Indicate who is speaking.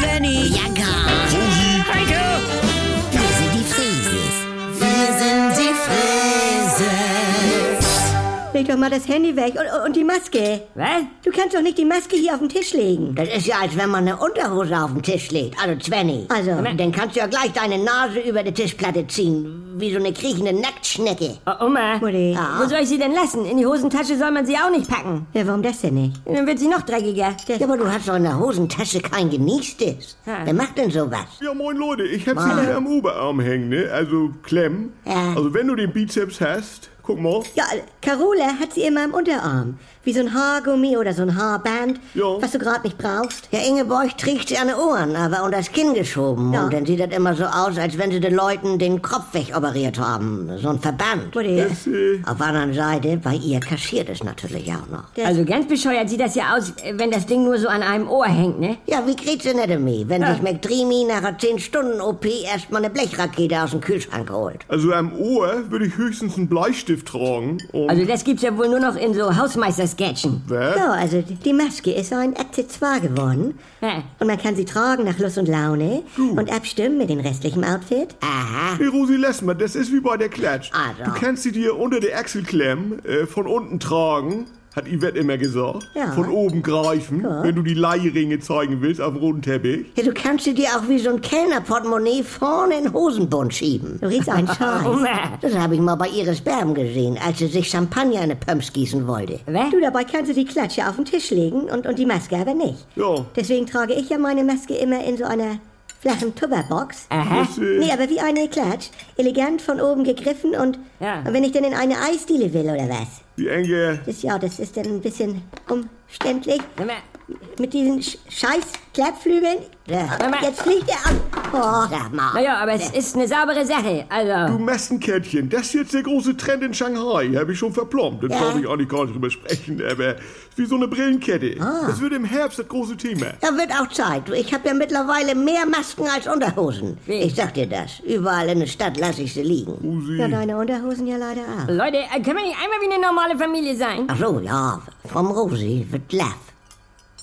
Speaker 1: Benny.
Speaker 2: Jagger.
Speaker 3: Rosi.
Speaker 4: Heiko.
Speaker 2: Wir sind die Frieses. Wir sind die Frieses.
Speaker 1: Leg doch mal das Handy weg und, und die Maske.
Speaker 2: Was?
Speaker 1: Du kannst doch nicht die Maske hier auf den Tisch legen.
Speaker 2: Das ist ja, als wenn man eine Unterhose auf den Tisch legt. Also, Zwenny.
Speaker 1: Also?
Speaker 2: Dann kannst du ja gleich deine Nase über die Tischplatte ziehen. Wie so eine kriechende Nacktschnecke.
Speaker 4: Oh, Oma.
Speaker 1: Mutti.
Speaker 4: Wo soll ich sie denn lassen? In die Hosentasche soll man sie auch nicht packen.
Speaker 1: Ja, warum das denn nicht?
Speaker 4: Dann wird sie noch dreckiger.
Speaker 2: Ja, aber du hast doch in der Hosentasche kein geniestes.
Speaker 4: Ja.
Speaker 2: Wer macht denn sowas?
Speaker 3: Ja, moin Leute, ich hab sie hier am Oberarm hängen, ne? Also Klemmen.
Speaker 2: Ja.
Speaker 3: Also wenn du den Bizeps hast, guck mal.
Speaker 1: Ja, Carola hat sie immer am Unterarm. Wie so ein Haargummi oder so ein Haarband,
Speaker 3: Ja.
Speaker 1: was du gerade nicht brauchst.
Speaker 2: Ja, Ingeborg trägt sie an den Ohren, aber unter das Kinn geschoben.
Speaker 1: Ja.
Speaker 2: Und dann sieht das immer so aus, als wenn sie den Leuten den Kopf wegoperiert haben. So ein Verband.
Speaker 1: Mutti,
Speaker 3: Das, äh,
Speaker 2: Auf der anderen Seite, bei ihr kaschiert es natürlich auch noch.
Speaker 1: Ja.
Speaker 4: Also ganz bescheuert sieht das ja aus, wenn das Ding nur so an einem Ohr hängt, ne?
Speaker 2: Ja, wie Grey's Anatomy, um wenn sich McDreamy nach einer 10-Stunden-OP erstmal eine Blechrakete aus dem Kühlschrank holt.
Speaker 3: also am Ohr würde ich höchstens einen Bleistift tragen. Und
Speaker 4: Also das gibt's ja wohl nur noch in so Hausmeister-Sketchen.
Speaker 3: Wer?
Speaker 1: ja, also die Maske ist ein Accessoire geworden.
Speaker 4: Ja.
Speaker 1: Und man kann sie tragen nach Lust und Laune und abstimmen mit dem restlichen Outfit.
Speaker 2: Aha.
Speaker 3: Hey Rosi, lass mal, das ist wie bei der Klatsch.
Speaker 2: Also.
Speaker 3: Du kannst sie dir unter der Achsel klemmen, äh, von unten tragen, hat Yvette immer gesagt.
Speaker 1: Ja.
Speaker 3: Von oben greifen, wenn du die Leihringe zeigen willst auf dem roten Teppich.
Speaker 2: Ja, du kannst sie dir auch wie so ein Kellnerportemonnaie vorne in den Hosenbund schieben.
Speaker 1: Du riechst einen
Speaker 4: Oh,
Speaker 1: Scheiß.
Speaker 4: Oma.
Speaker 2: Das habe ich mal bei Iris Berben gesehen, als sie sich Champagner in eine Pumps gießen wollte.
Speaker 4: Was?
Speaker 1: Du, dabei kannst du die Klatsche auf den Tisch legen und, und die Maske aber nicht.
Speaker 3: Ja.
Speaker 1: Deswegen trage ich ja meine Maske immer in so einer flachen Tupperbox.
Speaker 4: Aha.
Speaker 3: Das, äh,
Speaker 1: Nee, aber wie eine Klatsch. Elegant von oben gegriffen und,
Speaker 4: Ja.
Speaker 1: und wenn ich denn in eine Eisdiele will oder was?
Speaker 3: Die enge.
Speaker 1: Das, ja, das ist dann ein bisschen umständlich.
Speaker 4: Sag mal,
Speaker 1: Mit diesen Sch scheiß Klappflügeln.
Speaker 4: Mama.
Speaker 1: Jetzt fliegt er an. Oh.
Speaker 2: Sag mal.
Speaker 4: Naja, aber es ist eine saubere Sache.
Speaker 3: Du
Speaker 4: Also,
Speaker 3: Massenkettchen, das ist jetzt der große Trend in Shanghai. Habe ich schon verplombt. Da
Speaker 2: Ja.
Speaker 3: brauche ich auch nicht gar nicht drüber sprechen, aber ist wie so eine Brillenkette. Das wird im Herbst das große Thema.
Speaker 2: Da wird auch Zeit. Du, Ich habe ja mittlerweile mehr Masken als Unterhosen.
Speaker 4: Wie?
Speaker 2: Ich sag dir das. Überall in der Stadt lasse ich sie liegen.
Speaker 3: Rosi.
Speaker 1: Ja, deine Unterhosen ja leider auch.
Speaker 4: Leute, äh, können wir nicht einmal wie eine normale Familie sein?
Speaker 2: Ach so, ja, vom Rosi wird laff.